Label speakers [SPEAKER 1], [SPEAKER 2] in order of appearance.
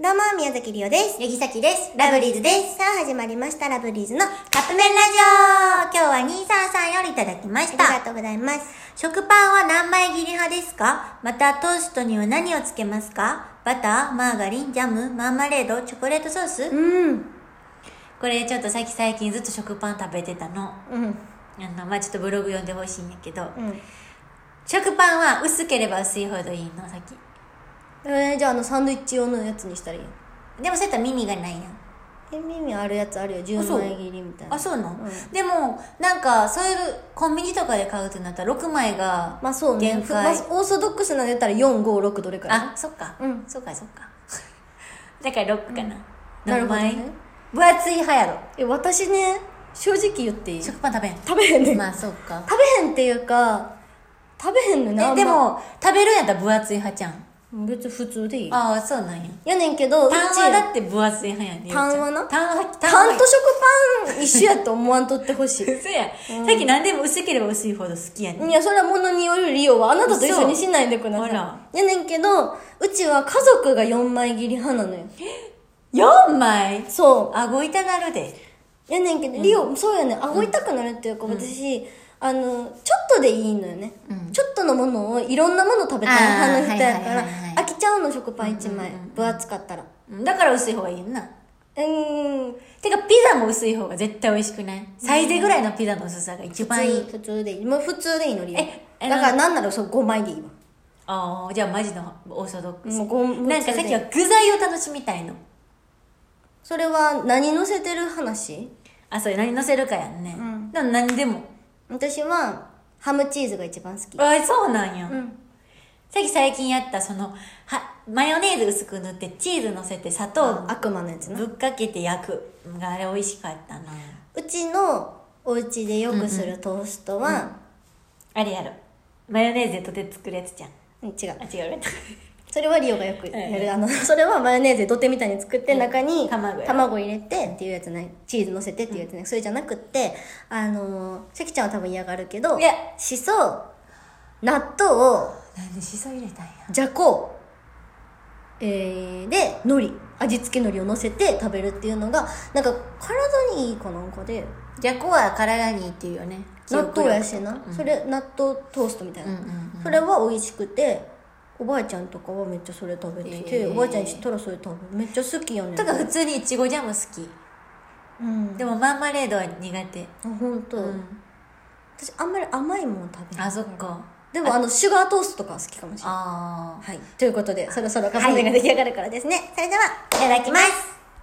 [SPEAKER 1] どうも、宮崎りおです。
[SPEAKER 2] 柳崎です。
[SPEAKER 1] ラブ
[SPEAKER 2] リーズです。
[SPEAKER 1] さあ、始まりました、ラブリーズの
[SPEAKER 2] カップ麺ラジオ今日は兄さんさんよりいただきまし
[SPEAKER 1] ありが
[SPEAKER 2] た。
[SPEAKER 1] とうございます。
[SPEAKER 2] 食パンは何枚切り派ですかまたトーストには何をつけますかバター、マーガリン、ジャム、マーマレード、チョコレートソース
[SPEAKER 1] うん。
[SPEAKER 2] これちょっとさっき最近ずっと食パン食べてたの。あ
[SPEAKER 1] うん。
[SPEAKER 2] の、まあ、ちょっとブログ読んでほしいんやけど、
[SPEAKER 1] うん。
[SPEAKER 2] 食パンは薄ければ薄いほどいいの、さっき。
[SPEAKER 1] えー、じゃあ、あの、サンドイッチ用のやつにしたらいいよ。
[SPEAKER 2] でもそうやったら耳がないやん。
[SPEAKER 1] え、耳あるやつあるよ。
[SPEAKER 2] あ
[SPEAKER 1] 10
[SPEAKER 2] そう
[SPEAKER 1] 枚切りみたいな。
[SPEAKER 2] あ、そうなの、
[SPEAKER 1] うん
[SPEAKER 2] でも、なんか、そういうコンビニとかで買うってなったら6枚が、
[SPEAKER 1] まあそうね。
[SPEAKER 2] 限
[SPEAKER 1] ふまあ
[SPEAKER 2] 界。
[SPEAKER 1] オーソドックスなので言ったら4、5、6どれかやな
[SPEAKER 2] あ、そっか。
[SPEAKER 1] うん
[SPEAKER 2] そっかそっか。 だから6かな。
[SPEAKER 1] なるほどね
[SPEAKER 2] 六枚分厚い派やろ。
[SPEAKER 1] え、私ね、正直言っていい食
[SPEAKER 2] 食パン食べん。
[SPEAKER 1] べへんねん。
[SPEAKER 2] まあそっか。
[SPEAKER 1] 食べへんっていうか、食べへんのよな。あ
[SPEAKER 2] え、
[SPEAKER 1] んま
[SPEAKER 2] で、も、食べるんやったら分厚い派ちゃん。
[SPEAKER 1] 別に普通でいい。
[SPEAKER 2] ああ、そうなんや。
[SPEAKER 1] やねんけど、うち、
[SPEAKER 2] タンはだって分厚い派やね。
[SPEAKER 1] タンはな
[SPEAKER 2] タンは、タン
[SPEAKER 1] パ
[SPEAKER 2] は
[SPEAKER 1] ンと。食パン一緒やと思わんとってほしい。
[SPEAKER 2] そうや。さっき何でも薄ければ薄いほど好きやね。
[SPEAKER 1] いや、それは物による利用はあなたと一緒にしないでください。
[SPEAKER 2] 嘘あ
[SPEAKER 1] やねんけど、うちは家族が4枚切り派なのよ。
[SPEAKER 2] 4枚
[SPEAKER 1] そ
[SPEAKER 2] 顎痛なるで。
[SPEAKER 1] う。やねんけど、リオ、そうやねん、顎痛くなるっていうか、私、あの、ちょっとでいいのよね。ちょっとのものをいろんなもの食べたい派の人やか
[SPEAKER 2] あーは
[SPEAKER 1] ら
[SPEAKER 2] いはいはいは
[SPEAKER 1] 飽
[SPEAKER 2] い、
[SPEAKER 1] きちゃうの、食パン1枚。分厚かったら。
[SPEAKER 2] うんだから薄い方がいいな。
[SPEAKER 1] うーん、
[SPEAKER 2] てか、ピザも薄い方が絶対美味しくないサイゼぐらいのピザの薄さが一番いい
[SPEAKER 1] 普。通普通でいい。もう普通でいいの、リオ。
[SPEAKER 2] えあ
[SPEAKER 1] だ
[SPEAKER 2] の
[SPEAKER 1] からなんならそう5枚でいいわ。
[SPEAKER 2] ああじゃあマジのオーソドックス
[SPEAKER 1] もうごもう
[SPEAKER 2] なんかさっきは具材を楽しみたいの
[SPEAKER 1] それは何乗せてる話
[SPEAKER 2] あそれ何乗せるかやんね、
[SPEAKER 1] うん
[SPEAKER 2] でも何でも
[SPEAKER 1] 私は、ハムチーズが一番好き。
[SPEAKER 2] あそうなんや、
[SPEAKER 1] ん
[SPEAKER 2] さっき最近やったそのはマヨネーズ薄く塗ってチーズ乗せて砂糖
[SPEAKER 1] 悪魔のやつな
[SPEAKER 2] ぶっかけて焼くがあれ美味しかったな
[SPEAKER 1] うちのお家でよくするトーストは、
[SPEAKER 2] あれやろマヨネーズでとて作るやつじゃん
[SPEAKER 1] うん違う
[SPEAKER 2] あ違う やつ
[SPEAKER 1] それはリオがよくや
[SPEAKER 2] うんうん
[SPEAKER 1] るあのそれはマヨネーズで土手みたいに作って中に
[SPEAKER 2] 卵や
[SPEAKER 1] 卵入れてっていうやつねチーズ乗せてっていうやつねそれじゃなくってあのーさきちゃんは多分嫌がるけど
[SPEAKER 2] いや
[SPEAKER 1] しそ納豆
[SPEAKER 2] なんでしそ入れたんや
[SPEAKER 1] じゃこえー、で海苔味付け海苔を乗せて食べるっていうのがなんか体にいいかなんかで
[SPEAKER 2] じゃこは体にいいっていうよね
[SPEAKER 1] 納豆やし
[SPEAKER 2] 記憶
[SPEAKER 1] な、
[SPEAKER 2] 力うん
[SPEAKER 1] それ納豆トーストみたいな、
[SPEAKER 2] うんうんうん
[SPEAKER 1] それは美味しくておばあちゃんとかはめっちゃそれ食べてて、
[SPEAKER 2] えー
[SPEAKER 1] おばあちゃんちったらそれ食べるめっちゃ好きやねん
[SPEAKER 2] とか普通にいちごジャム好き
[SPEAKER 1] うん
[SPEAKER 2] でもマーマレードは苦手
[SPEAKER 1] あ本当、
[SPEAKER 2] うん
[SPEAKER 1] 私あんまり甘いもん食べない
[SPEAKER 2] あそっか
[SPEAKER 1] でもあのシュガートーストとかは好きかもしれない
[SPEAKER 2] ああ
[SPEAKER 1] はいということでそろそろカップ麺が出来上がるからですね、それではいただきます